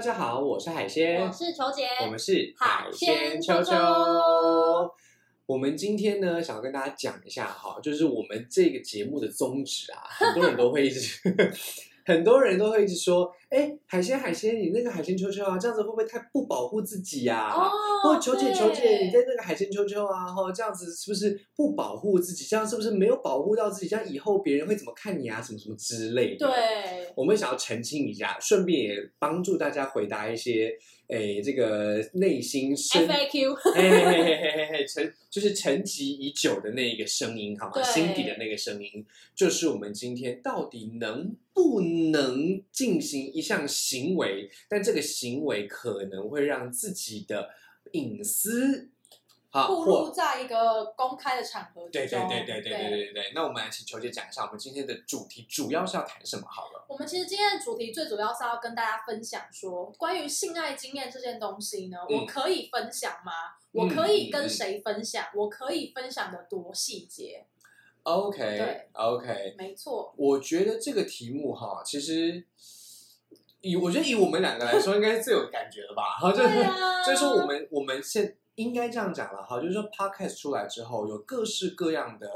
家好，我是海鲜，我是球姐，我们是海鲜秋秋秋秋。我们今天呢，想要跟大家讲一下哈，就是我们这个节目的宗旨啊，很多人都会一直， 很多人都会一直说，哎、海鲜海鲜，你那个海鲜秋秋啊，这样子会不会太不保护自己呀、啊？哦或球姐对球姐，你在那个海鲜秋秋啊，哈，这样子是不是不保护自己？这样是不是没有保护到自己？这样以后别人会怎么看你啊？什么什么之类的。对，我们想要澄清一下，顺便也帮助大家回答一些，诶、这个内心深，嘿 FAQ 嘿嘿嘿嘿嘿，沉就是沉积已久的那一个声音，好吗？对心底的那个声音，就是我们今天到底能不能进行一项行为，但这个行为可能会让自己的隐私，好步或入在一个公开的场合之对对中，对对对对对对，那我们来请球姐讲一下，我们今天的主题主要是要谈什么好了。我们其实今天的主题最主要是要跟大家分享说，关于性爱经验这件东西呢，嗯我可以分享吗？我可嗯以嗯跟谁分享？我可以分享的多细节？ OK 对 OK，没错，我觉得这个题目哈，其实以我觉得以我们两个来说，应该是最有感觉的吧。然后就是、对啊哦就是我们我们现应该这样讲了哈，就是说 Podcast 出来之后，有各式各样的。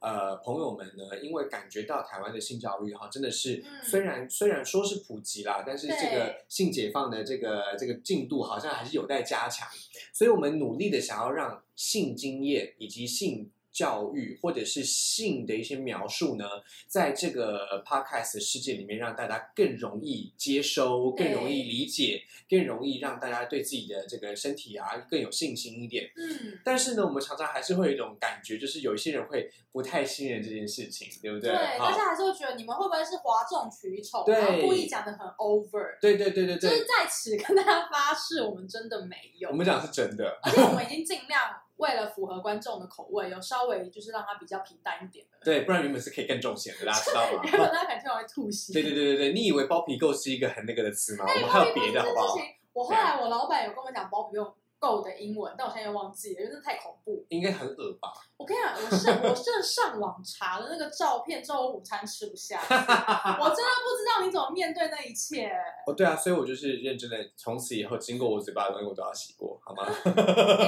呃，朋友们呢，因为感觉到台湾的性教育哈，真的是、嗯虽然虽然说是普及啦，但是这个对性解放的这个这个进度好像还是有待加强。所以我们努力的想要让性经验以及性教育或者是性的一些描述呢，在这个 podcast 的世界里面，让大家更容易接收、对更容易理解、更容易让大家对自己的这个身体啊更有信心一点。嗯，但是呢，我们常常还是会有一种感觉，就是有一些人会不太信任这件事情，对不对，哈大家还是会觉得你们会不会是哗众取宠，对然后故意讲的很 over？对对对对就对，是在此跟大家发誓，我们真的没有我。们讲的是真的。而且我们已经尽量为了符合观众的口味，有稍微就是让它比较平淡一点的。对，不然原本是可以更重险的，大家知道 吗？原本大家可能听完会吐血。对对对对对，你以为包皮垢是一个很那个的词吗？我们包还皮有别垢的好不这件事好？情，我后来我老板有跟我讲包皮垢的英文，但我现在又忘记了，因为真的太恐怖。应该很恶吧？我跟你讲，我上我正上网查了那个照片之后，我午餐吃 不下，我真的不知道你怎么面对那一切。哦，对啊，所以我就是认真的，从此以后经过我嘴巴的东西我都要洗过，好 吗？你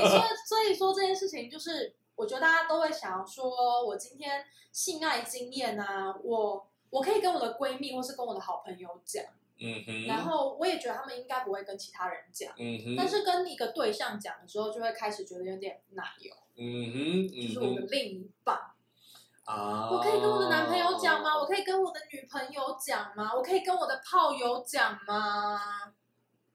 说，所以说这件事情就是，我觉得大家都会想要说，我今天性爱经验啊，我我可以跟我的闺蜜或是跟我的好朋友讲，嗯哼，然后我也觉得他们应该不会跟其他人讲，嗯哼，但是跟一个对象讲了之后，就会开始觉得有点奶油，嗯哼，就嗯是我的哼另一半，啊，我可以跟我的男朋友讲吗？我可以跟我的女朋友讲吗？我可以跟我的炮友讲吗？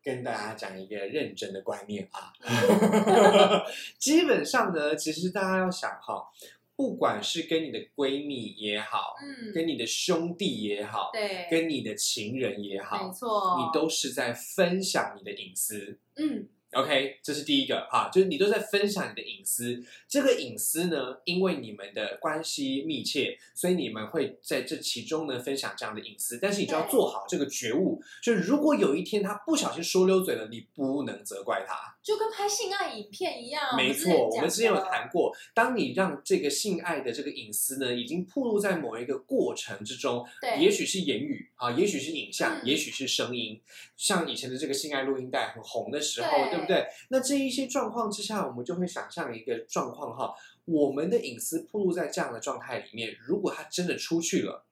跟大家讲一个认真的观念啊，嗯 基本上呢，其实大家要想哈，不管是跟你的闺蜜也好，嗯，跟你的兄弟也好，对，跟你的情人也好，没错，你都是在分享你的隐私。嗯 OK，这是第一个哈，就是你都在分享你的隐私。这个隐私呢，因为你们的关系密切，所以你们会在这其中呢分享这样的隐私。但是你就要对做好这个觉悟，就如果有一天他不小心说溜嘴了，你不能责怪他。就跟拍性爱影片一样，没之前啊错，我们讲之前有的谈过，当你让这个性爱的这个隐私呢，已经暴露在某一个过程之中，对，也许是言语啊，也许是影像，嗯也许是声音。像以前的这个性爱录音带很红的时候，对对不对？那这一些状况之下，我们就会想象一个状况哈，我们的隐私暴露在这样的状态里面，如果它真的出去了，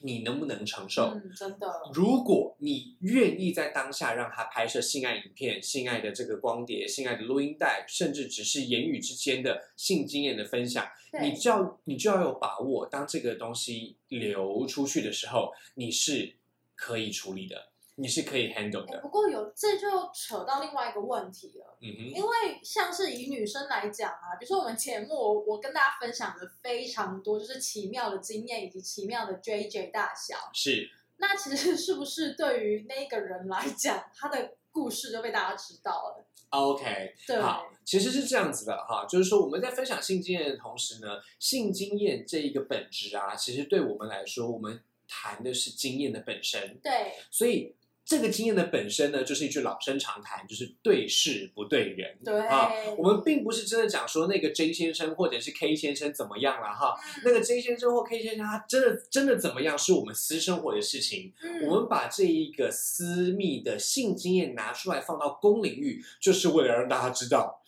你能不能承受？嗯，真的，如果你愿意在当下让他拍摄性爱影片、性爱的这个光碟、性爱的录音带，甚至只是言语之间的性经验的分享，你对，就要你就要有把握，当这个东西流出去的时候，你是可以处理的，你是可以 handle 哎的。不过有这就扯到另外一个问题了，嗯哼，因为像是以女生来讲啊，比如说我们节目，我我跟大家分享了非常多，就是奇妙的经验以及奇妙的 JJ 大小，是那其实是不是对于那个人来讲，他的故事就被大家知道了？ OK。对，好，其实是这样子的哈，就是说我们在分享性经验的同时呢，性经验这一个本质啊，其实对我们来说，我们谈的是经验的本身，对，所以。这个经验的本身呢，就是一句老生常谈，就是对事不对人。对啊，我们并不是真的讲说那个 J 先生或者是 K 先生怎么样了哈，那个 J 先生或 K 先生他真的真的怎么样，是我们私生活的事情。嗯我们把这一个私密的性经验拿出来放到公领域，就是为了让大家知道，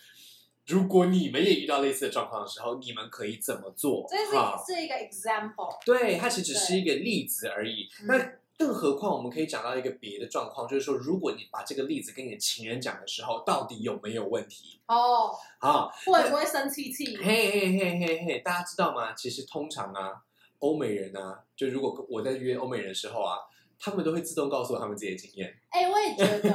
如果你们也遇到类似的状况的时候，你们可以怎么做？这是啊是一个 example，对，它其实只是一个例子而已。嗯那更何况，我们可以讲到一个别的状况，就是说，如果你把这个例子跟你的情人讲的时候，到底有没有问题哦，啊？会不会生 气气？嘿嘿嘿嘿嘿，大家知道吗？其实通常啊，欧美人啊，就如果我在约欧美人的时候啊，他们都会自动告诉我他们自己的经验。哎、我也觉得，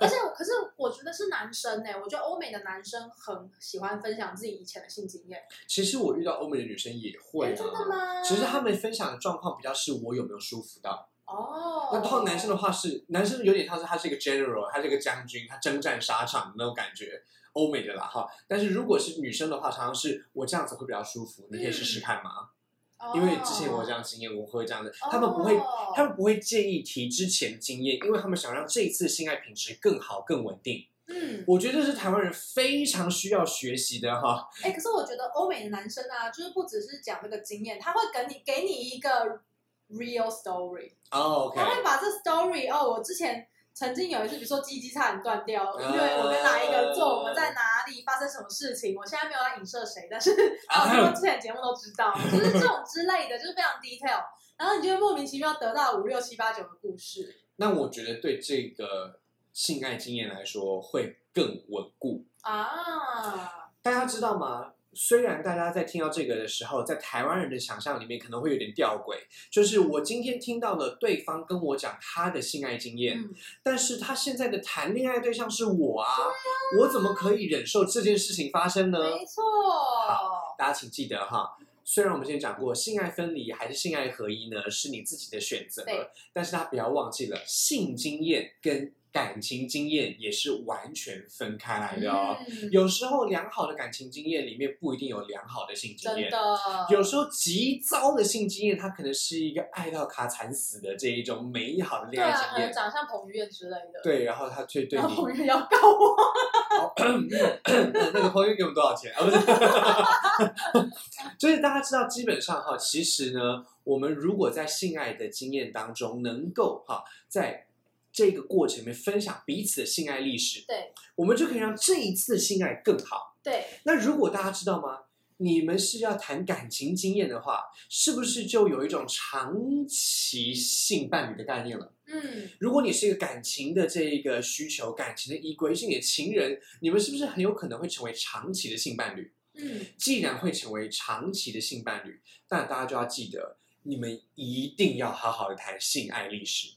而且可是我觉得是男生欸呢、我觉得欧美的男生很喜欢分享自己以前的性经验。其实我遇到欧美的女生也会哎啊。真的吗？其实他们分享的状况比较是我有没有舒服到，哦，那到男生的话是，男生有点像是他是一个 general，他是一个将军，他征战沙场的那种感觉，欧美的啦哈。但是如果是女生的话，常常是我这样子会比较舒服，你可以试嗯试看嘛。哦，因为之前我有这样经验，我会这样子，他们不会，他们不会介意提之前经验，因为他们想让这一次性爱品质更好、更稳定。嗯，我觉得这是台湾人非常需要学习的哈。哎、可是我觉得欧美的男生啊，就是不只是讲这个经验，他会给你给你一个 real story，、哦，OK、他 o 会把这 story 哦，我之前。曾经有一次，比如说鸡鸡差点断掉，啊因为我跟哪一个做，我们在哪里发生什么事情。我现在没有来影射谁，但是啊，我听过之前的节目都知 道，就是这种之类的，就是非常 detail。然后你就会莫名其妙得到五六七八九的故事那我觉得对这个性爱经验来说会更稳固。啊，大家知道吗？虽然大家在听到这个的时候，在台湾人的想象里面可能会有点吊诡，就是我今天听到了对方跟我讲他的性爱经验，嗯，但是他现在的谈恋爱对象是我啊，我怎么可以忍受这件事情发生呢？没错，大家请记得哈，虽然我们之前讲过，性爱分离还是性爱合一呢，是你自己的选择对，但是大家不要忘记了，性经验跟感情经验也是完全分开来的哦。嗯，有时候良好的感情经验里面不一定有良好的性经真验，的有时候极糟的性经验，它可能是一个爱到卡惨死的这一种美好的对恋爱啊，经可能验。长相彭于晏之类的，，对，然后他却对然你 后，彭于晏要告我，那个朋友给我们多少钱啊？不是，就是 大家知道，基本上哈，其实呢，我们如果在性爱的经验当中，能够哈，在这个过程里面分享彼此的性爱历史，对我们就可以让这一次性爱更好。对，那如果大家知道吗？你们是要谈感情经验的话，是不是就有一种长期性伴侣的概念了？嗯，如果你是一个感情的这一个需求、感情的依归，是你的情人，你们是不是很有可能会成为长期的性伴侣？嗯，既然会成为长期的性伴侣，那大家就要记得，你们一定要好好的谈性爱历史，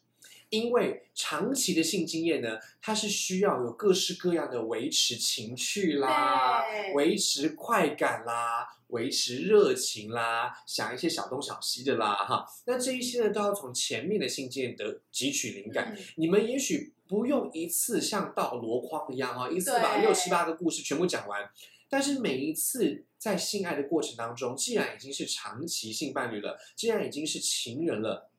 因为长期的性经验呢，它是需要有各式各样的维持情趣啦，对维持快感啦，维持热情啦，想一些小东小西的啦，哈，那这一些呢，都要从前面的性经验得汲取灵感。嗯你们也许不用一次像倒箩筐一样啊哈、一次把对六七八个故事全部讲完，但是每一次在性爱的过程当中，既然已经是长期性伴侣了，既然已经是情人了。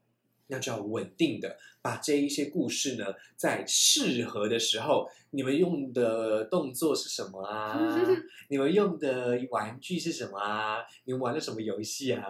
那就要稳定的把这一些故事呢，在适合的时候，你们用的动作是什么啊？你们用的玩具是什么啊？你们玩了什么游戏啊？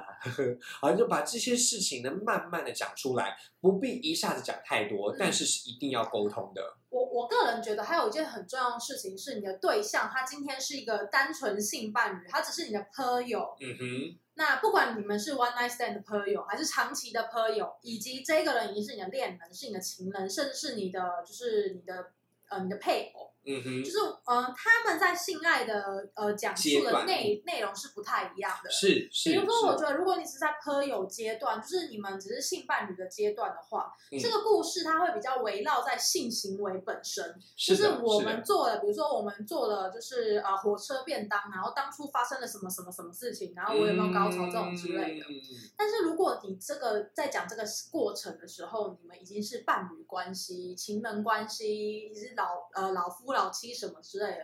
好，就把这些事情呢，慢慢的讲出来，不必一下子讲太多嗯，但是是一定要沟通的。我我个人觉得还有一件很重要的事情是，你的对象他今天是一个单纯性伴侣，他只是你的朋友，嗯哼，那不管你们是 one night stand 的朋友，还是长期的朋友，以及这个人已经是你的恋人、是你的情人，甚至是你的就是你的呃你的配偶，嗯就哼，是呃他们在性爱的呃讲述阶的段内内容是不太一样的。是是。比如说，我是觉得如果你是在朋友阶段，就是你们只是性伴侣的阶段的话，嗯这个故事它会比较围绕在性行为本身。就是是的我的们做了，比如说我们做了，就是呃火车便当，然后当初发生了什么什么什么事情，然后我有没有高潮这种之类的。嗯但是如果你这个在讲这个过程的时候，你们已经是伴侣关系、情人关系，是老呃老夫老妻什么之类的，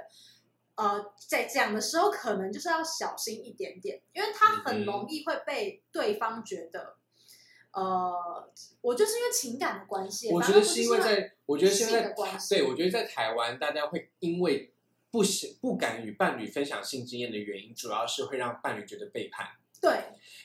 呃，在讲的时候可能就是要小心一点点，因为他很容易会被对方觉得。呃，我就是因为情感的关系，嗯我觉反正得是因为就是在，我觉得是因为性的在关系对，我觉得在台湾，大家会因为不喜不敢与伴侣分享性经验的原因，主要是会让伴侣觉得背叛。对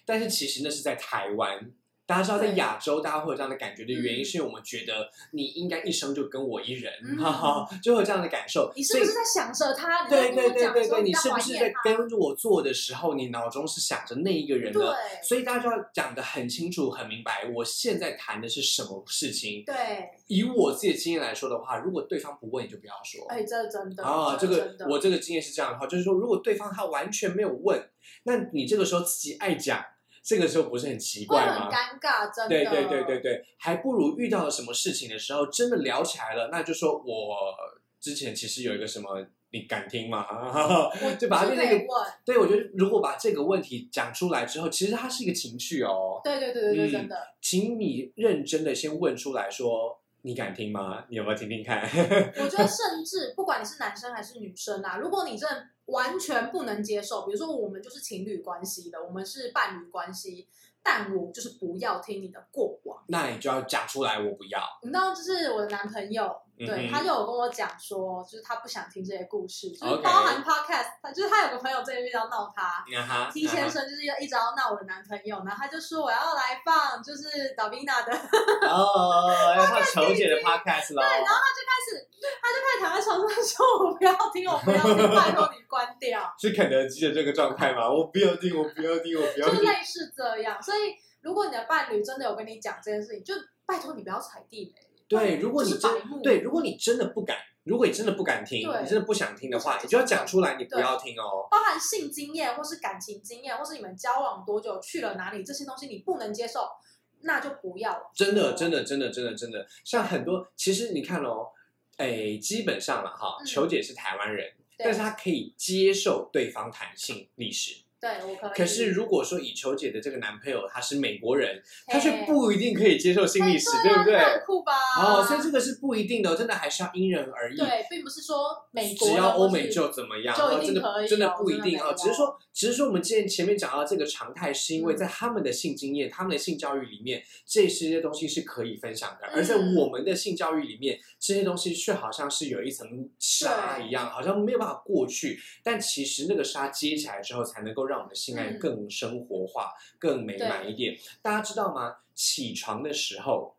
但是其实那是在台湾。大家知道，在亚洲，大家会有这样的感觉的原因，嗯是因为我们觉得你应该一生就跟我一人，嗯哈哈， 就会有这样的感受。你是不是在享受他？你所以？对在跟对我对讲的对时候对，你你是不是怀在念他？跟我做的时候，你脑中是想着那一个人的？对所以大家就要讲得很清楚、很明白，我现在谈的是什么事情。对，以我自己的经验来说的话，如果对方不问，你就不要说。哎，这真的啊，这个真的我这个经验是这样的话，就是说，如果对方他完全没有问，那你这个时候自己爱讲，这个时候不是很奇会怪很吗？尴尬，真的。对对对对对，还不如遇到了什么事情的时候，真的聊起来了，那就说我之前其实有一个什么，你敢听吗？ 就把它变成一个。被问，对，我觉得如果把这个问题讲出来之后，其实它是一个情绪哦，对对对对对，嗯真的。请你认真的先问出来说，你敢听吗？你有没有听听看？ 我觉得甚至不管你是男生还是女生啊，如果你真的完全不能接受，比如说我们就是情侣关系的，我们是伴侣关系，但我就是不要听你的过往。那你就要讲出来，我不要。你知道，就是我的男朋友，对、嗯哼他就有跟我讲说，就是他不想听这些故事，就是 OK 包含 podcast，他就是他有个朋友最近遇到闹他。啊哈， T 先啊哈生就是要一直要闹我的男朋友，然后他就说我要来放就是 Davina 的， 他就哦，要上 球姐的 podcast 喽。开始他就开始躺在床上说我不要听，我不要听，拜托你关掉。是肯德基的这个状态吗？我不要听，我不要听，我不要就听。类似这样。所以，如果你的伴侣真的有跟你讲这件事情，就拜托你不要踩地雷。对，如果你就是白真目对，如果你真的不敢，如果你真的不敢听，对你真的不想听的话，不想你就要讲出来，你不要听哦。包含性经验，或是感情经验，或是你们交往多久，去了哪里，这些东西你不能接受，那就不要。真的，嗯真的，真的，真的，真的，像很多，其实你看哦，哎，基本上了哈，嗯球姐是台湾人，对但是她可以接受对方谈性历史。对我可以。可是如果说以球姐的这个男朋友他是美国人，嘿他却不一定可以接受性历史，哎对对不对？啊那很酷吧？哦，所以这个是不一定的哦，真的还是要因人而异。啊对，并不是说美国只要欧美就就怎么样，就哦一定真可以的哦真的不一定真的哦。没只是有说，只是说我们之前前面讲到这个常态，是因为嗯在他们的性经验、他们的性教育里面，这些东西是可以分享的，而在嗯我们的性教育里面，这些东西却好像是有一层纱对一样，好像没有办法过去。但其实那个纱揭起来之后，才能够让我们的性爱嗯更生活化、更美满对一点。大家知道吗？起床的时候，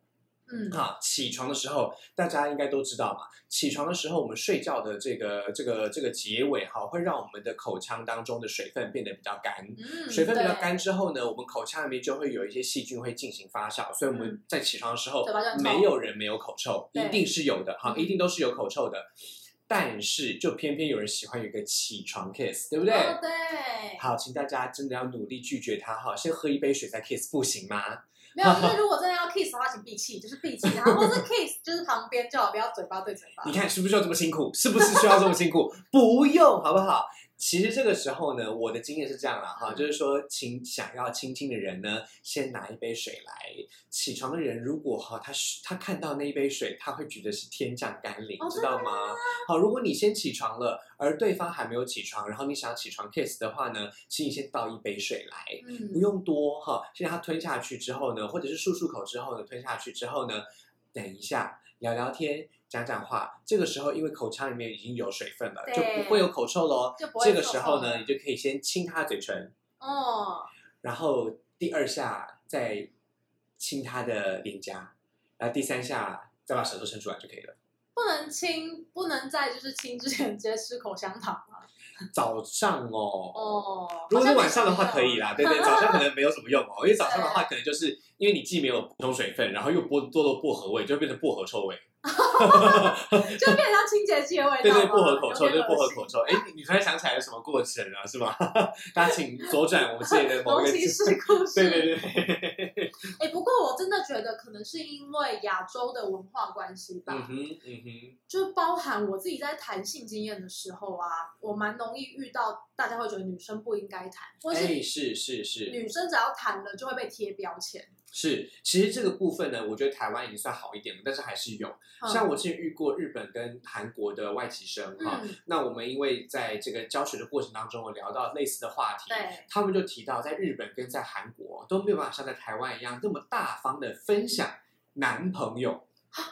嗯，啊，起床的时候，大家应该都知道嘛。起床的时候，我们睡觉的这个这个这个结尾哈，会让我们的口腔当中的水分变得比较干。嗯水分比较干净，之后呢，我们口腔里面就会有一些细菌会进行发酵，所以我们在起床的时候嗯嘴巴就很，没痛有人没有口臭，一对定是有的哈，嗯一定都是有口臭的。但是就偏偏有人喜欢有一个起床 kiss，对不对？哦对，好，请大家真的要努力拒绝它哈，先喝一杯水再 kiss 不行吗？没有， 就是如果真的要 kiss 的话，请闭气，就是闭气，然后或是 kiss 就是旁边就好，不要嘴巴对嘴巴你。看需不需要这么辛苦？是不是需要这么辛 苦？不用，好不好？其实这个时候呢，我的经验是这样啦，哈，嗯就是说，请想要亲亲的人呢，先拿一杯水来。起床的人如果哈，他是他看到那一杯水，他会觉得是天降甘霖，哦知道吗？好，如果你先起床了，而对方还没有起床，然后你想起床 kiss 的话呢，请你先倒一杯水来。嗯不用多哈，先让它吞下去之后呢，或者是漱漱口之后呢，吞下去之后呢，等一下聊聊天、讲讲话。这个时候，因为口腔里面已经有水分了，就对不会有口臭喽。就不会这个时候口臭呢，了你就可以先亲他的嘴唇，哦，然后第二下再亲他的脸颊，然后第三下再把舌头伸出来就可以了。不能亲，不能在就是亲之前直接吃口香糖啊。早上哦，哦，如果是晚上好的话，像嗯没有可以啦。对对，早上可能没有什么用 哦，因为早上的话，可能就是因为你既没有补充水分，然后又多多了薄荷味，就会变成薄荷臭味。就变成像清洁剂的味道。对对，薄荷口臭，有就是点恶心薄荷口。臭。哎，你你突然想起来有什么过程啊？是吗？ 大家请左转我们这里的某龙一个骑。士故事， 对对 对，哎、不过我真的觉得可能是因为亚洲的文化关系吧，嗯哼嗯哼，就包含我自己在谈性经验的时候啊，我蛮容易遇到大家会觉得女生不应该谈，或是哎，是是是女生只要谈了就会被贴标签，是，其实这个部分呢，我觉得台湾已经算好一点了，但是还是有。嗯像我之啊前遇过日本跟韩国的外籍生哈、嗯，那我们因为在这个教学的过程当中，我聊到类似的话题，对，他们就提到，在日本跟在韩国都没有办法像在台湾一样那么大方的分享男朋友，啊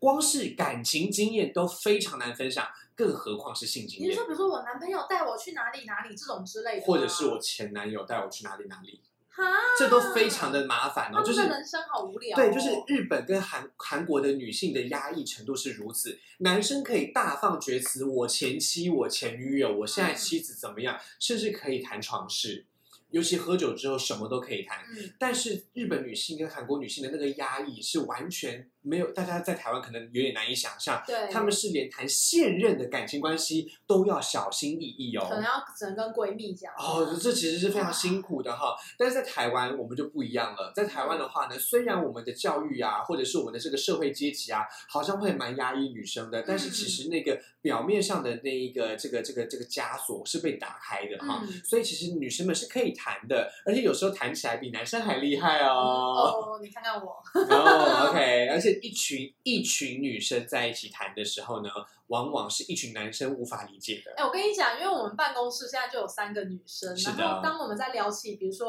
光是感情经验都非常难分享，更何况是性经你是验，说比如说我男朋友带我去哪里哪里这种之类的吗，或者是我前男友带我去哪里哪里，哈，这都非常的麻烦啊他哦，们就是的人生好无聊哦，对，就是日本跟韩韩国的女性的压抑程度是如此，男生可以大放厥词，我前妻、我前女友、我嗯现在妻子怎么样，甚至可以谈床事，尤其喝酒之后什么都可以谈。嗯，但是日本女性跟韩国女性的那个压抑是完全没有，大家在台湾可能有点难以想象，对，他们是连谈现任的感情关系都要小心翼翼哦。可能要只能跟闺蜜讲哦，这其实是非常辛苦的哈。但是在台湾我们就不一样了，在台湾的话呢，虽然我们的教育啊，或者是我们的这个社会阶级啊，好像会蛮压抑女生的，但是嗯其实那个表面上的那一个这个这个这个枷锁是被打开的哈。嗯所以其实女生们是可以谈的，而且有时候谈起来比男生还厉害哦。哦，你看看我，哦，OK，而且一群一群女生在一起谈的时候呢，往往是一群男生无法理解的。哎，我跟你讲，因为我们办公室现在就有三个女生，是的然后当我们在聊起，比如说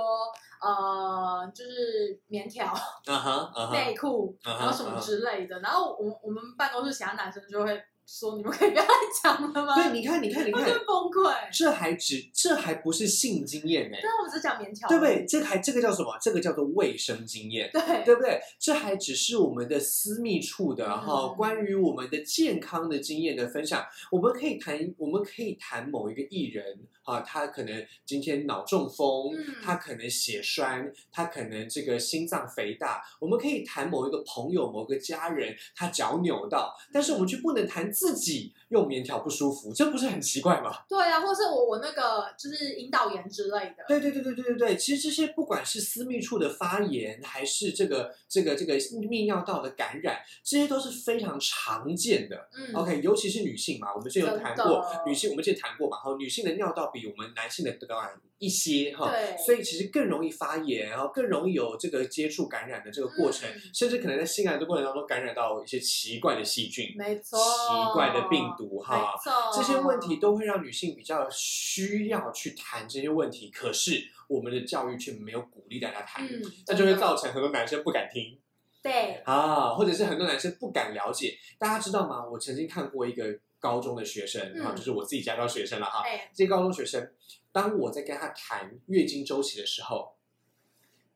呃，就是棉条、嗯哼，嗯哼，内裤，嗯哼然后什么之类的，然后我我们办公室其他男生就会说，你们可以不要再讲了吗？对，你看，你看，你我 看就，崩溃。这还只这还不是性经验呢、但我们只讲棉条，对不对？？这个还这个叫什么？这个叫做卫生经验，对，对不对？这还只是我们的私密处的嗯哈、关于我们的健康的经验的分享。我们可以谈，我们可以谈某一个艺人啊，他可能今天脑中风，嗯他可能血栓，他可能这个心脏肥大。我们可以谈某一个朋友、某个家人，他脚扭到，但是我们却不能谈自己用棉条不舒服，这不是很奇怪吗？对啊，或是我我那个就是引导员之类的，对对对对对对对，其实这些不管是私密处的发炎，还是这个这个这个泌尿道的感染，这些都是非常常见的。嗯 OK，尤其是女性嘛，我们之前有真谈的过女性，我们之前谈过嘛，哈，女性的尿道比我们男性的高一些哈，对，哦所以其实更容易发炎，然后更容易有这个接触感染的这个过程，嗯甚至可能在性爱的过程当中感染到一些奇怪的细菌、没错，奇怪的病毒哈，没错，这些问题都会让女性比较需要去谈这些问题，可是我们的教育却没有鼓励大家谈，嗯，那就会造成很多男生不敢听对，啊，或者是很多男生不敢了解。大家知道吗？我曾经看过一个高中的学生、嗯啊，就是我自己家教学生了哈。哎，这些高中学生，当我在跟他谈月经周期的时候，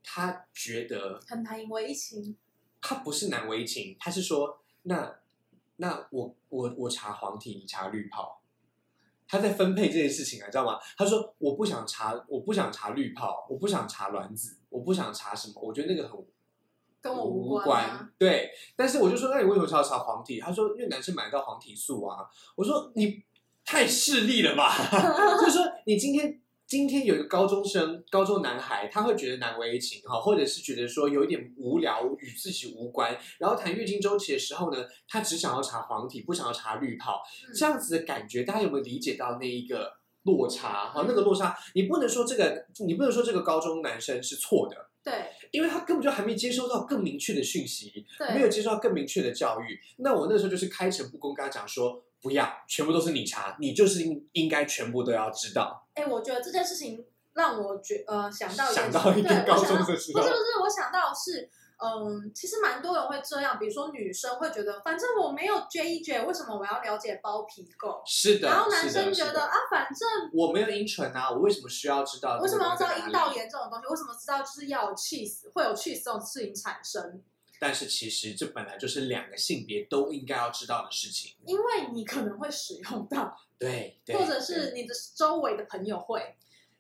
他觉得很难以为情，他不是难为情，他是说那那我我我查黄体，你查绿泡，他在分配这件事情啊，知道吗？他说我不想查，我不想查绿泡，我不想查卵子，我不想查什么，我觉得那个很跟我无关啊。对，但是我就说，那你为什么要查黄体？他说因为男生买到黄体素啊。我说你太势利了 吧，就是说你今天。今天有一个高中生，高中男孩，他会觉得难为情哈，或者是觉得说有一点无聊，与自己无关。然后谈月经周期的时候呢，他只想要查黄体，不想要查绿泡，嗯这样子的感觉，大家有没有理解到那一个落差？哈，那嗯个落差，你不能说这个，你不能说这个高中男生是错的，对因为他根本就还没接收到更明确的讯息，对，没有接受到更明确的教育。那我那时候就是开诚布公跟他讲说，不要，全部都是你查，你就是应应该全部都要知道。哎、我觉得这件事情让我觉呃想到一想件到一个对我高想中到的时不是候不是，我想到是。嗯，其实蛮多人会这样，比如说女生会觉得，反正我没有 J 一 J，为什么我要了解包皮垢？是的，然后男生是觉的是得的啊，反正我没有阴唇啊，我为什么需要知道？为什么要知道阴阴道？炎这种东西？为什么知道就是要有 cheese 会有 cheese 这种事情产生？但是其实这本来就是两个性别都应该要知道的事情。因为你可能会使用到，对， 对或者是你的周围的朋友会。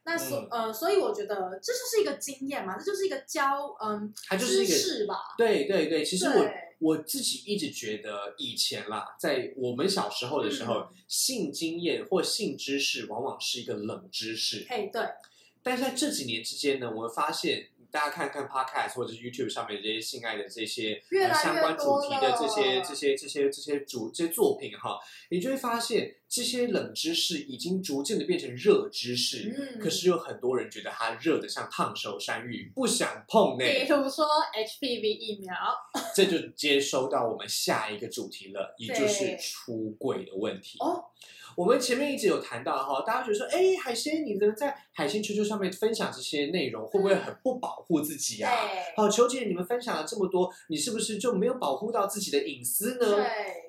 那所、嗯呃，所以我觉得这就是一个经验嘛，这就是一个教嗯它就是知一个识吧。对对对，其实我对我自己一直觉得以前啦，在我们小时候的时嗯候，性经验或性知识往往是一个冷知识，嘿，对，但是在这几年之间呢，我们发现。大家看看 Podcast 或者是 YouTube 上面这些性爱的这些越来呃、相越关主多题的这些了这些这些这些主这些作品哈，你就会发现这些冷知识已经逐渐的变成热知识。嗯，可是有很多人觉得它热的像烫手山芋，不想碰呢、比如说 HPV 疫苗，这就接收到我们下一个主题了，也就是对出柜的问题。哦，我们前面一直有谈到哈，大家觉得说，哎，海鲜，你怎么在海鲜球球上面分享这些内容，会不会很不保护自己啊？嗯对好，球姐，你们分享了这么多，你是不是就没有保护到自己的隐私呢？对，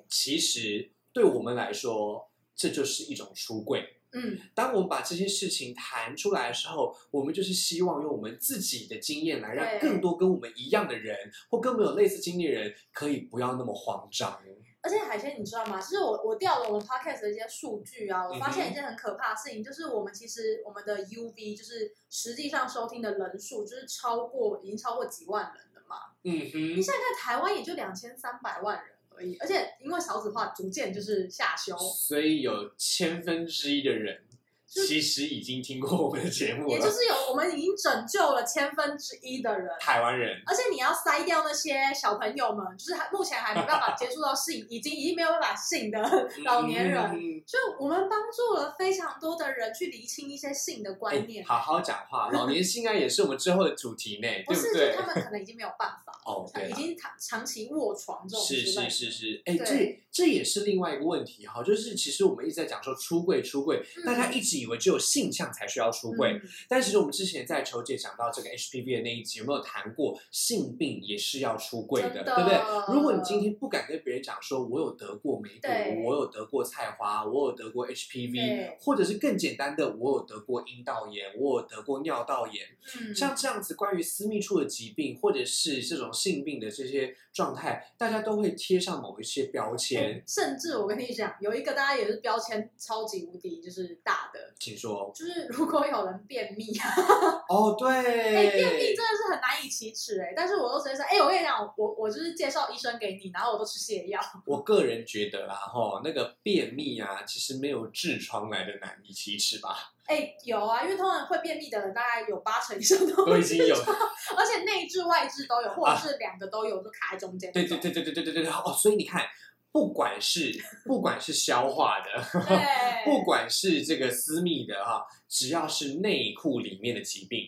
其实对我们来说，这就是一种出柜。嗯，当我们把这些事情谈出来的时候，我们就是希望用我们自己的经验来让对更多跟我们一样的人，或跟我们有类似经历的人，可以不要那么慌张。而且海鲜你知道吗？其实我我调了我们 podcast 的一些数据啊，我发嗯哼现一件很可怕的事情，就是我们其实我们的 UV 就是实际上收听的人数，就是超过已经超过几万人了嘛。嗯你哼，现在看台湾也就两千三百万人而已，而且因为少子化逐渐就是下修，所以有千分之一的人就是其实已经听过我们的节目也了，就是有我们已经拯救了千分之一的人。台湾人。而且你要筛掉那些小朋友们，就是还目前还没办法接触到 性，已经已经没有办法性的老年人，嗯就我们帮助了非常多的人去厘清一些性的哎观念，好好讲话，老年性爱也是我们之后的主题呢，对不是对就？他们可能已经没有办法，哦， 对已了。经长长期卧床这种是之类是是的是，哎，这对这也是另外一个问题哈，就是其实我们一直在讲说出柜出柜，嗯大家一直以为只有性向才需要出柜，嗯但其实我们之前在球姐讲到这个 HPV 的那一集，有没有谈过性病也是要出柜的，真对不对？的如果你今天不敢跟别人讲说，我有得过梅对毒，我有得过菜花，我有得过 HPV，对或者是更简单的，我有得过阴道炎，我有得过尿道炎，嗯像这样子关于私密处的疾病或者是这种性病的这些状态，大家都会贴上某一些标签，哦甚至我跟你讲，有一个大家也是标签超级无敌就是大的，请说。就是如果有人便秘啊，哦，哎、便秘对真，的是很难以启齿哎、但是我都直接说，哎、我跟你讲，我我就是介绍医生给你，然后我都吃泻药，我个人觉得啦，吼，那个便秘啊，其实没有痔疮来的难以启齿 吧，哎、有啊，因为通常会便秘的人大概有八成以上都都会已经有吃， 而且内痔外痔都有，或者是两个都有，就卡在中间那啊对种。对对对对对对对对哦，所以你看，不管是不管是消化的，对，不管是这个私密的哈、只要是内裤里面的疾病，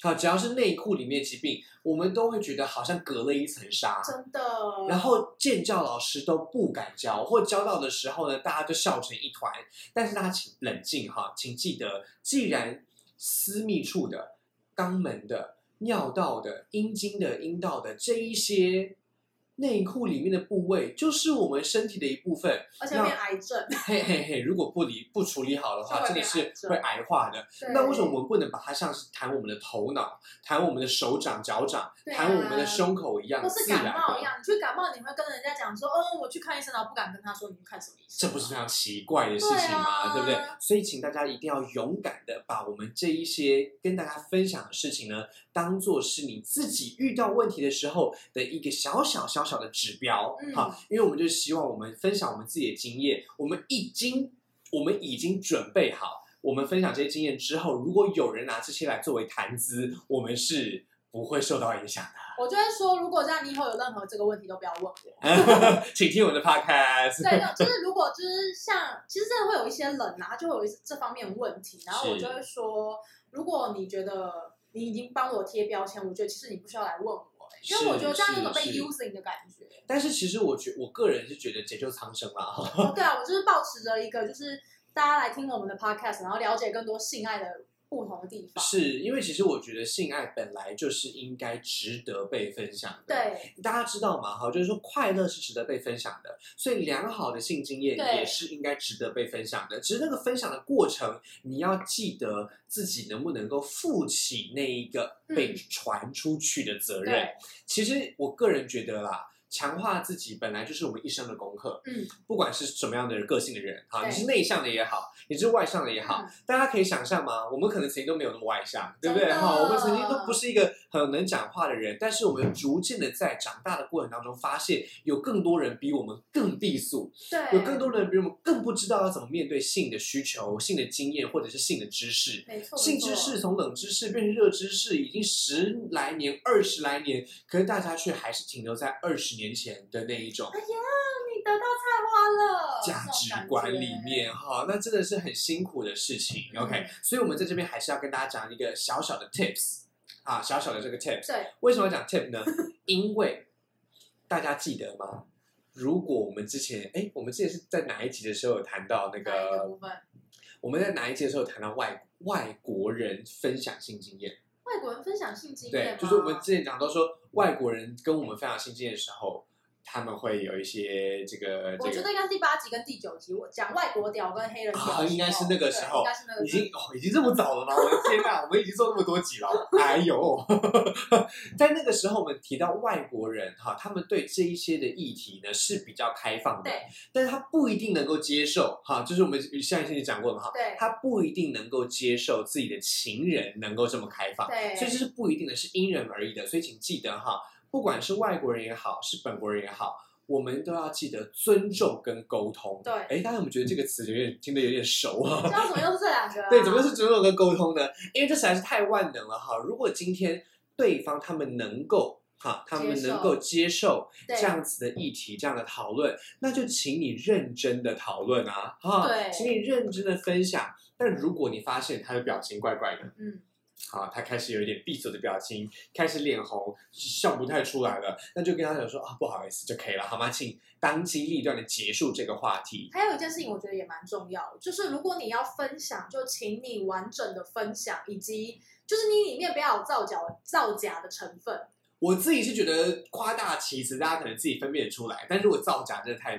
好，只要是内裤里面的疾病，我们都会觉得好像隔了一层纱。真的。然后建教老师都不敢教，或教到的时候呢，大家就笑成一团。但是大家请冷静哈，请记得，既然私密处的、肛门的、尿道的、阴茎的、阴道的这一些内裤里面的部位，就是我们身体的一部分。而且变癌症， 嘿嘿嘿，如果不理不处理好的话，真就的会变是癌症会癌化的。对那为什么我们不能把它像是弹我们的头脑、弹我们的手掌、脚掌、对啊弹我们的胸口一样，或是自然感的冒一样？你去感冒，你会跟人家讲说，嗯，我去看医生，然后不敢跟他说你去看什么医生。这不是非常奇怪的事情吗？对对啊不对？所以，请大家一定要勇敢的把我们这一些跟大家分享的事情呢，当做是你自己遇到问题的时候的一个小小小小的指标，嗯好、因为我们就希望我们分享我们自己的经验，我们已经我们已经准备好，我们分享这些经验之后，如果有人拿这些来作为谈资，我们是不会受到影响我就会说，如果这样，你以后有任何这个问题都不要问我。的。 请听我们的 podcast。对，那就是如果就是像，其实真的会有一些人啊，他就会有一些这方面的问题，然后我是就会说，如果你觉得你已经帮我贴标签，我觉得其实你不需要来问我、欸因为是我觉得这样有种被是是 using 的感 觉。但是其实我觉我个人是觉得解救苍生啦，哈。哦，对啊，我就是保持着一个就是大家来听我们的 podcast，然后了解更多性爱的不同的地方。是因为其实我觉得性爱本来就是应该值得被分享的。对，对，大家知道吗？哈，就是说快乐是值得被分享的，所以良好的性经验对也是应该值得被分享的。只是那个分享的过程，你要记得自己能不能够负起那一个被嗯传出去的责任。对，其实我个人觉得啦，强化自己本来就是我们一生的功课。嗯，不管是什么样的个性的人，哈，对你是内向的也好，你是外向的也嗯好，大家可以想象吗？我们可能曾经都没有那么外向，对不对？真的哈，我们曾经都不是一个很能讲话的人，但是我们逐渐的在长大的过程当中，发现有更多人比我们更避俗，对，有更多人比我们更不知道要怎么面对性的需求、性的经验或者是性的知识。没错，性没错知识从冷知识变成热知识，已经十来年、二十来年，可是大家却还是停留在二十年前的那一种哎呀，你得到菜花了，价值观里面哈、那真的是很辛苦的事情。嗯 OK，所以我们在这边还是要跟大家讲一个小小的 tips 啊，小小的这个 tips。这种感觉。为什么要讲 tip 呢？ 因为大家记得吗？如果我们之前，哎，我们之前是在哪一集的时候有谈到那对，哪一个个？部分？我们在哪一集的时候有谈到外外国人分享性经验？外国人分享性经验对吗，就是我们之前讲到说，外国人跟我们分享性经验的时候，他们会有一些这个我这觉个，得应该是第八集跟第九集，我讲外国屌跟黑人屌的时候、啊应该是那个时候对应该是那个已经哦已经这么早了吗？我的天啊哪，我们已经做那么多 集了，哎呦，在那个时候我们提到外国人哈，他们对这一些的议题呢是比较开放的对，但是他不一定能够接受哈，就是我们上一期也讲过了哈，对他不一定能够接受自己的情人能够这么开放。对，所以这是不一定的，是因人而异的。所以请记得哈，不管是外国人也好，是本国人也好，我们都要记得尊重跟沟通。对哎，大家有没有觉得这个词有点听得有点熟啊？知道怎么又是这两个、啊？对，怎么是尊重跟沟通呢？因为这实在是太万能了哈。如果今天对方他们能够哈，他们接受能够接受对这样子的议题、这样的讨论，那就请你认真的讨论啊，哈，对请你认真的分享。但如果你发现他的表情怪怪的，嗯，好，他开始有一点闭嘴的表情，开始脸红，笑不太出来了，那就跟他讲说啊，不好意思就可以了，好吗？请当机立断的结束这个话题。还有一件事情，我觉得也蛮重要，就是如果你要分享，就请你完整的分享，以及就是你里面不要有造假造假的成分。我自己是觉得夸大其词，大家可能自己分辨得出来，但如果造假真的太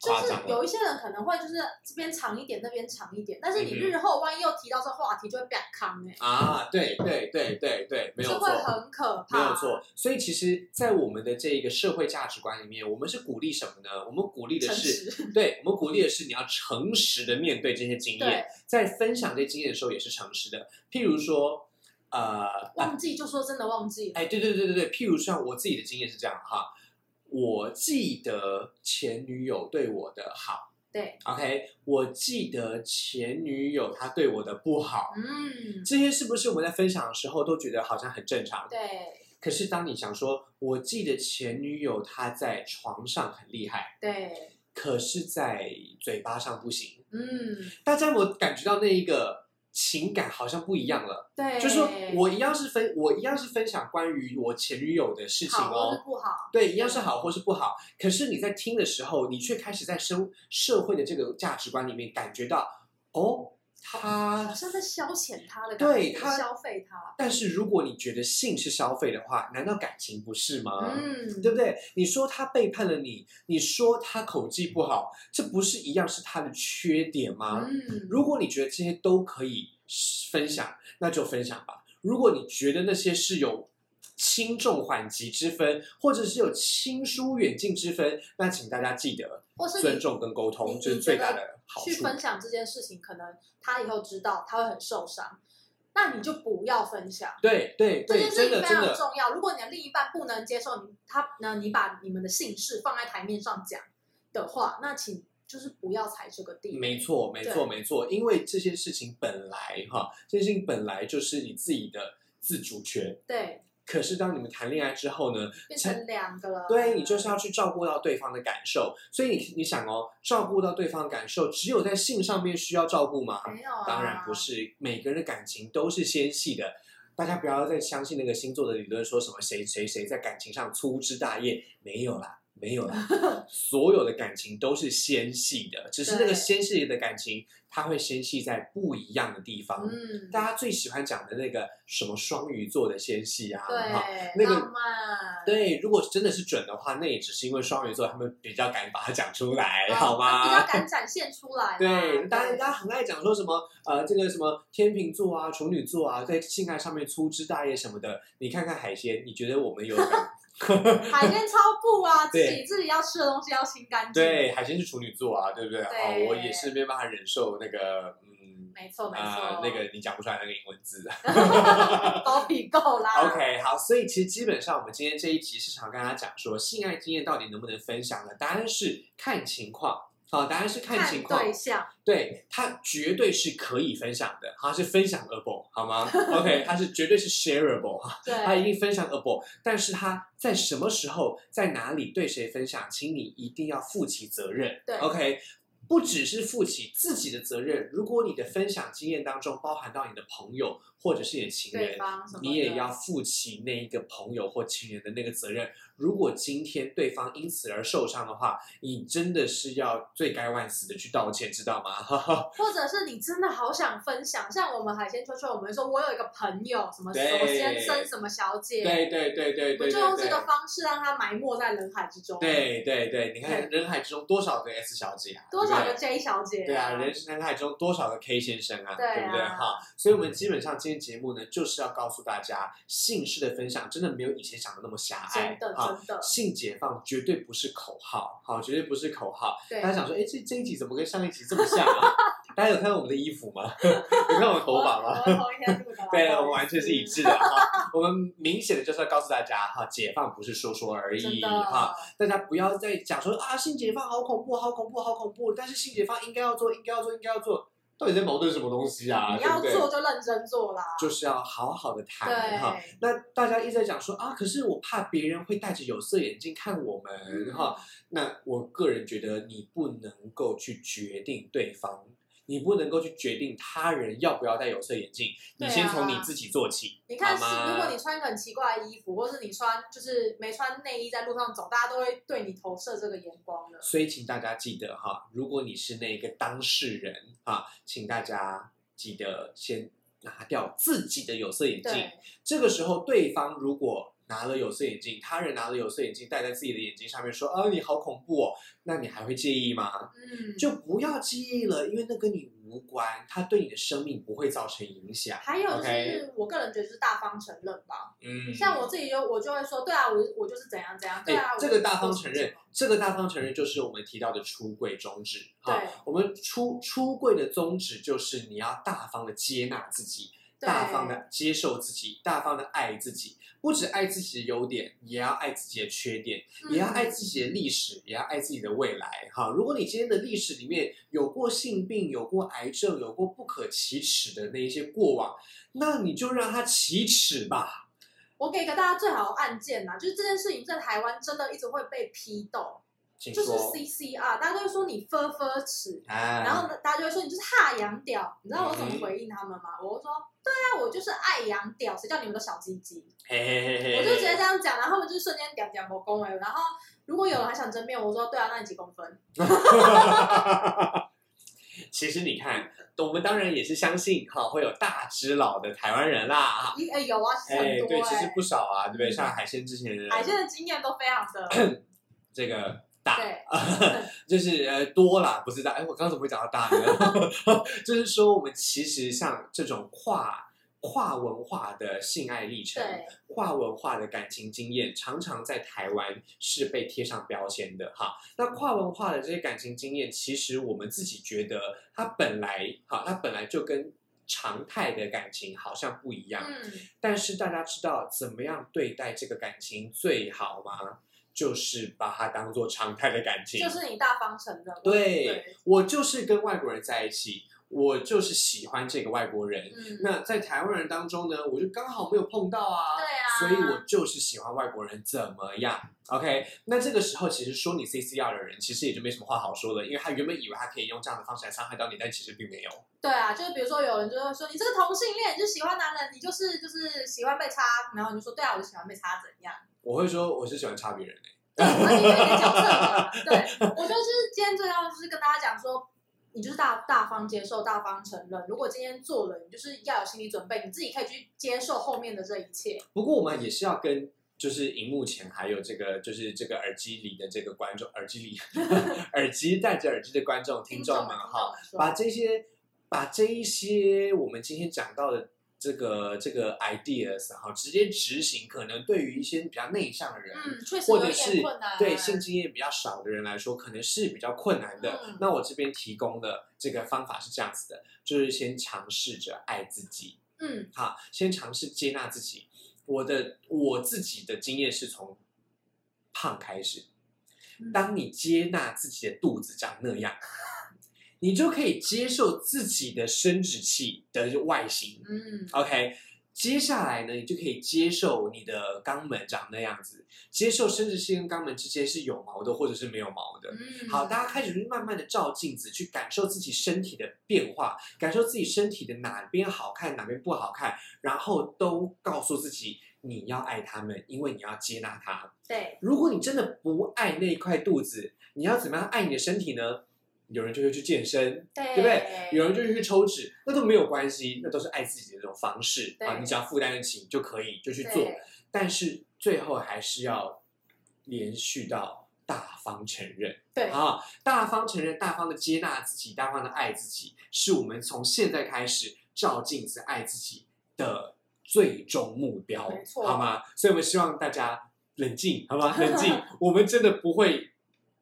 就夸是张了。有一些人可能会就是这边长一点，那边长一点，但是你嗯哼日后万一又提到这话题，就会被坑哎，啊，对对对对对，没有就错会，很可怕。没有错。所以其实，在我们的这一个社会价值观里面，我们是鼓励什么呢？我们鼓励的诚是，实，对我们鼓励的是你要诚实的面对这些经验对，，在分享这些经验的时候也是诚实的。譬如说，呃， 忘记就说真的忘记了。哎，对对对对对，譬如像我自己的经验是这样哈，我记得前女友对我的好对， ，OK，我记得前女友她对我的不好。嗯，这些是不是我们在分享的时候都觉得好像很正常？对可是当你想说，我记得前女友她在床上很厉害，对，可是在嘴巴上不行，嗯，大家有没有感觉到那一个情感好像不一样了？对，就是说我一样是分，我一样是分享关于我前女友的事情好或哦是，不好，对，一样是好或是不好。可是你在听的时候，你却开始在生社会的这个价值观里面感觉到，哦，好他。像在消遣他的感觉，对他消费他，但是如果你觉得性是消费的话，难道感情不是吗？嗯，呃对不对？你说他背叛了你，你说他口技不好，这不是一样是他的缺点吗？嗯，啊如果你觉得这些都可以分享，那就分享吧。如果你觉得那些是有轻重缓急之分，或者是有亲疏远近之分，那请大家记得或是尊你重跟沟通，你这是你最觉大得的好去处。分享这件事情，可能他以后知道他会很受伤，那你就不要分享。对对这对，件事真情的非真常的，重要。如果你的另一半不能接受你他呢，你把你们的姓氏放在台面上讲的话，那请就是不要踩这个地。没错没错对没错，因为这些事情本来哈，这些事情本来就是你自己的自主权。对，可是当你们谈恋爱之后呢，变成两个了。对你就是要去照顾到对方的感受，所以你你想哦，照顾到对方的感受，只有在性上面需要照顾吗？没有啊，当然不。是，每个人的感情都是纤细的。大家不要再相信那个星座的理论，说什么谁谁谁在感情上粗枝大叶，没有啦，没有啦， 所有的感情都是纤细的，只是那个对纤细的感情，它会纤细在不一样的地方。嗯，大家最喜欢讲的那个什么双鱼座的纤细啊，哈那对，个浪漫。对，如果真的是准的话，那也只是因为双鱼座他们比较敢把它讲出来，啊， 好他比较吗？敢展现出来啦。对，大家大家对很爱讲说什么呃，这个什么天秤座啊、处女座啊，在性爱上面粗枝大叶什么的。你看看海鲜，你觉得我们有敢 海鲜超步啊，自对己自己要吃的东西要清干净。，对，海鲜是处女座啊，对不对？对哦，我也是没办法忍受那个，嗯，没错没错。啊、那个你 讲不出来那个英文字。包皮够啦。 OK，好，所以其实基本上我们今天这一集是想要跟大家讲说，性爱经验到底能不能分享呢？答案是看情况。好，答案是看情看况，对象，对，它绝对是可以分享的，它是分享 able 好吗 ？OK，它是绝对是 shareable 哈，对，它一定分享 able，但是它在什么时候、在哪里、对谁分享，请你一定要负起责任。对，OK，不只是负起自己的责任，如果你的分享经验当中包含到你的朋友或者是你的情对人，方什么的你也要负起那一个朋友或亲人的那个责任。如果今天对方因此而受伤的话，你真的是要罪该万死的去道歉，知道吗？ 或者是你真的好想分享，像我们海鲜秋秋，我们说我有一个朋友，什么什对么先生，什么小姐，对对对对对我们对就用这个对。方式让他埋没在人海之中。，对对对，你看人海之中多少个 S 小姐啊，多少对个不 J 小姐、对对啊，人人海中多少个 K 先生啊，对啊不对哈？所以，我们基本上今天节目呢，就是要告诉大家，姓氏的分享真的没有以前想的那么狭隘真的哈。真的，性解放绝对不是口号，好，绝对不是口号，对大家想说，哎，这这一集怎么跟上一集这么像啊？ 大家有看到我们的衣服吗？ 有看我们头发 吗？我我同一天录的 啦，对，不好我意思们完全是一致的 哈。我们明显的就是要告诉大家哈，解放不是说说而嗯真已的哈。大家不要再讲说啊，性解放好恐怖，好恐怖，好恐怖。但是性解放应该要做，应该要做，应该要做。到底在矛盾什么东西啊？你对要不对做？就认真做啦，就是要好好的谈哈。对，那大家一直在讲说啊，可是我怕别人会戴着有色眼镜看我们哈、那我个人觉得，你不能够去决定对方，你不能够去决定他人要不要戴有色眼镜。你对啊先从你自己做起，你看，好吗是如果你穿一个很奇怪的衣服，或是你穿就是没穿内衣在路上走，大家都会对你投射这个眼光的。所以请大家记得哈，如果你是那个当事人啊，请大家记得先拿掉自己的有色眼镜。对，这个时候，对方如果拿了有色眼镜，他人拿了有色眼镜戴在自己的眼睛上面，说：“啊，你好恐怖哦！”那你还会介意吗？嗯，就不要介意了，因为那跟你无关，它对你的生命不会造成影响。还有就 OK 是，我个人觉得就是大方承认吧。嗯，像我自己就我就会说，对啊，我我就是怎样怎样，对哎、啊，我这个大方承认我，这个大方承认就是我们提到的出柜宗旨对哈。我们出出柜的宗旨就是你要大方的接纳自己，对大方的接受自己，大方的爱自己，不只爱自己的优点，也要爱自己的缺点，也要爱自嗯己的历史，也要爱自己的未来。哈，如果你今天的历史里面有过性病，有过癌症，有过不可启齿的那一些过往，那你就让它启齿吧。嗯我给个大家最好的案件呐，就是这件事情在台湾真的一直会被批斗，请就是说， CCR，大家都会说你分分尺，哎，然后呢大家就会说你就是哈洋屌，你知道我怎么嗯回应他们吗？我就说对啊，我就是爱洋屌，谁叫你们都小鸡鸡？嘿嘿嘿嘿，我就直接这样讲，然后他们就瞬间屌屌我恭维。然后如果有人还想争辩，我说对啊，那你几公分？其实你看，我们当然也是相信哈，会有大只佬的台湾人啦。哈一哎、有啊，其哎，实对，很多其哎、实不少啊，对不对？像海鲜之前的人海鲜的经验都非常的这 个大，对，就是呃多啦，不是大。哎，我刚刚怎么会讲到大呢？ 就是说，我们其实像这种跨跨文化的性爱历程，对跨文化的感情经验，常常在台湾是被贴上标签的哈。那跨文化的这些感情经验，其实我们自己觉得它本来哈，它本来就跟常态的感情好像不一样。嗯，但是大家知道怎么样对待这个感情最好吗？就是把它当做常态的感情。就是你大方承认，对对，我就是跟外国人在一起，我就是喜欢这个外国人。嗯，那在台湾人当中呢，我就刚好没有碰到啊，对啊所以我就是喜欢外国人，怎么样？OK，那这个时候其实说你 CCR 的人，其实也就没什么话好说了，因为他原本以为他可以用这样的方式来伤害到你，但其实并没有。对啊，就是比如说有人就会说你这个同性恋，你就喜欢男人，你就是就是喜欢被插，然后你就说对啊，我就喜欢被插怎样？我会说我是喜欢插别人的、对，我觉得你有点矫正了。对，我觉得就是今天最要就是跟大家讲说，你就是大大方接受，大方承认。如果今天做了，你就是要有心理准备，你自己可以去接受后面的这一切。不过我们也是要跟，就是荧幕前还有这个，就是这个耳机里的这个观众，耳 机里，耳机戴着耳机的观众、听众们听哈，众把们说，这些，把这一些我们今天讲到的这个这个 ideas 哈，直接执行，可能对于一些比较内向的人，嗯，确实或有者一是点困难。啊对性经验比较少的人来说，可能是比较困难的。嗯那我这边提供的这个方法是这样子的，就是先尝试着爱自己，嗯哈，先尝试接纳自己。我的我自己的经验是从胖开始嗯，当你接纳自己的肚子长那样，你就可以接受自己的生殖器的外形。嗯 OK，接下来呢，你就可以接受你的肛门长那样子，接受生殖器跟肛门之间是有毛的，或者是没有毛的。嗯，好，大家开始去慢慢的照镜子，去感受自己身体的变化，感受自己身体的哪边好看，哪边不好看，然后都告诉自己你要爱他们，因为你要接纳他。对，如果你真的不爱那一块肚子，你要怎么样爱你的身体呢？有人就会去健身，对对不对？有人就去抽脂，那都没有关系，那都是爱自己的一种方式对啊。你只要负担得起，你就可以就去做。对但是最后还是要连续到大方承认。对，啊，大方承认，大方的接纳自己，大方的爱自己，是我们从现在开始照镜子爱自己的最终目标没，错好吗？所以我们希望大家冷静，好 吗？冷静，我们真的不会。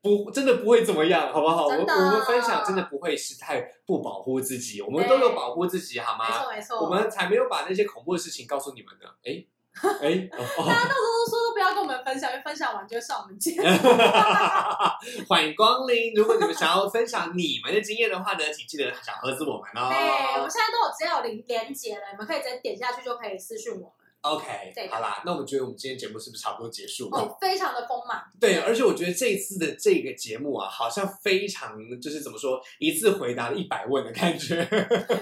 不，真的不会怎么样，好不好？我真的我们分享真的不会是太不保护自己，我们都有对保护自己，好没吗？错没错。我们才没有把那些恐怖的事情告诉你们呢。哎， 哎，哦哦大家到时候都说都不要跟我们分享，因为分享完就会上我们节 目。欢迎光临！如果你们想要分享你们的经验的话呢，请记得小盒子我们对，哎我哦们。现在都有只要有连连接了，你们可以直接点下去就可以私讯我们。 OK，对的好啦，那我们觉得我们今天节目是不是差不多结束？哦，非常的丰满。对，而且我觉得这一次的这个节目啊，好像非常就是怎么说，一次回答了一百问的感觉。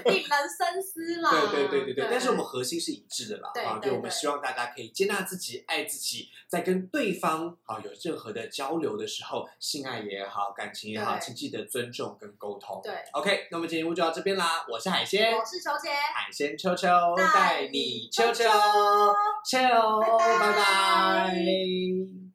引人深思啦。对对对啊对对，但是我们核心是一致的啦，对啊，对对，我们对希望大家可以接纳自己、爱自己，在跟对方啊有任何的交流的时候，性爱也好，感情也好，对请记得尊重跟沟通。对 OK，那我们今天节目就到这边啦，我是海鲜，我是球姐，海鲜秋秋带带你你秋哦秋秋秋秋，拜拜拜拜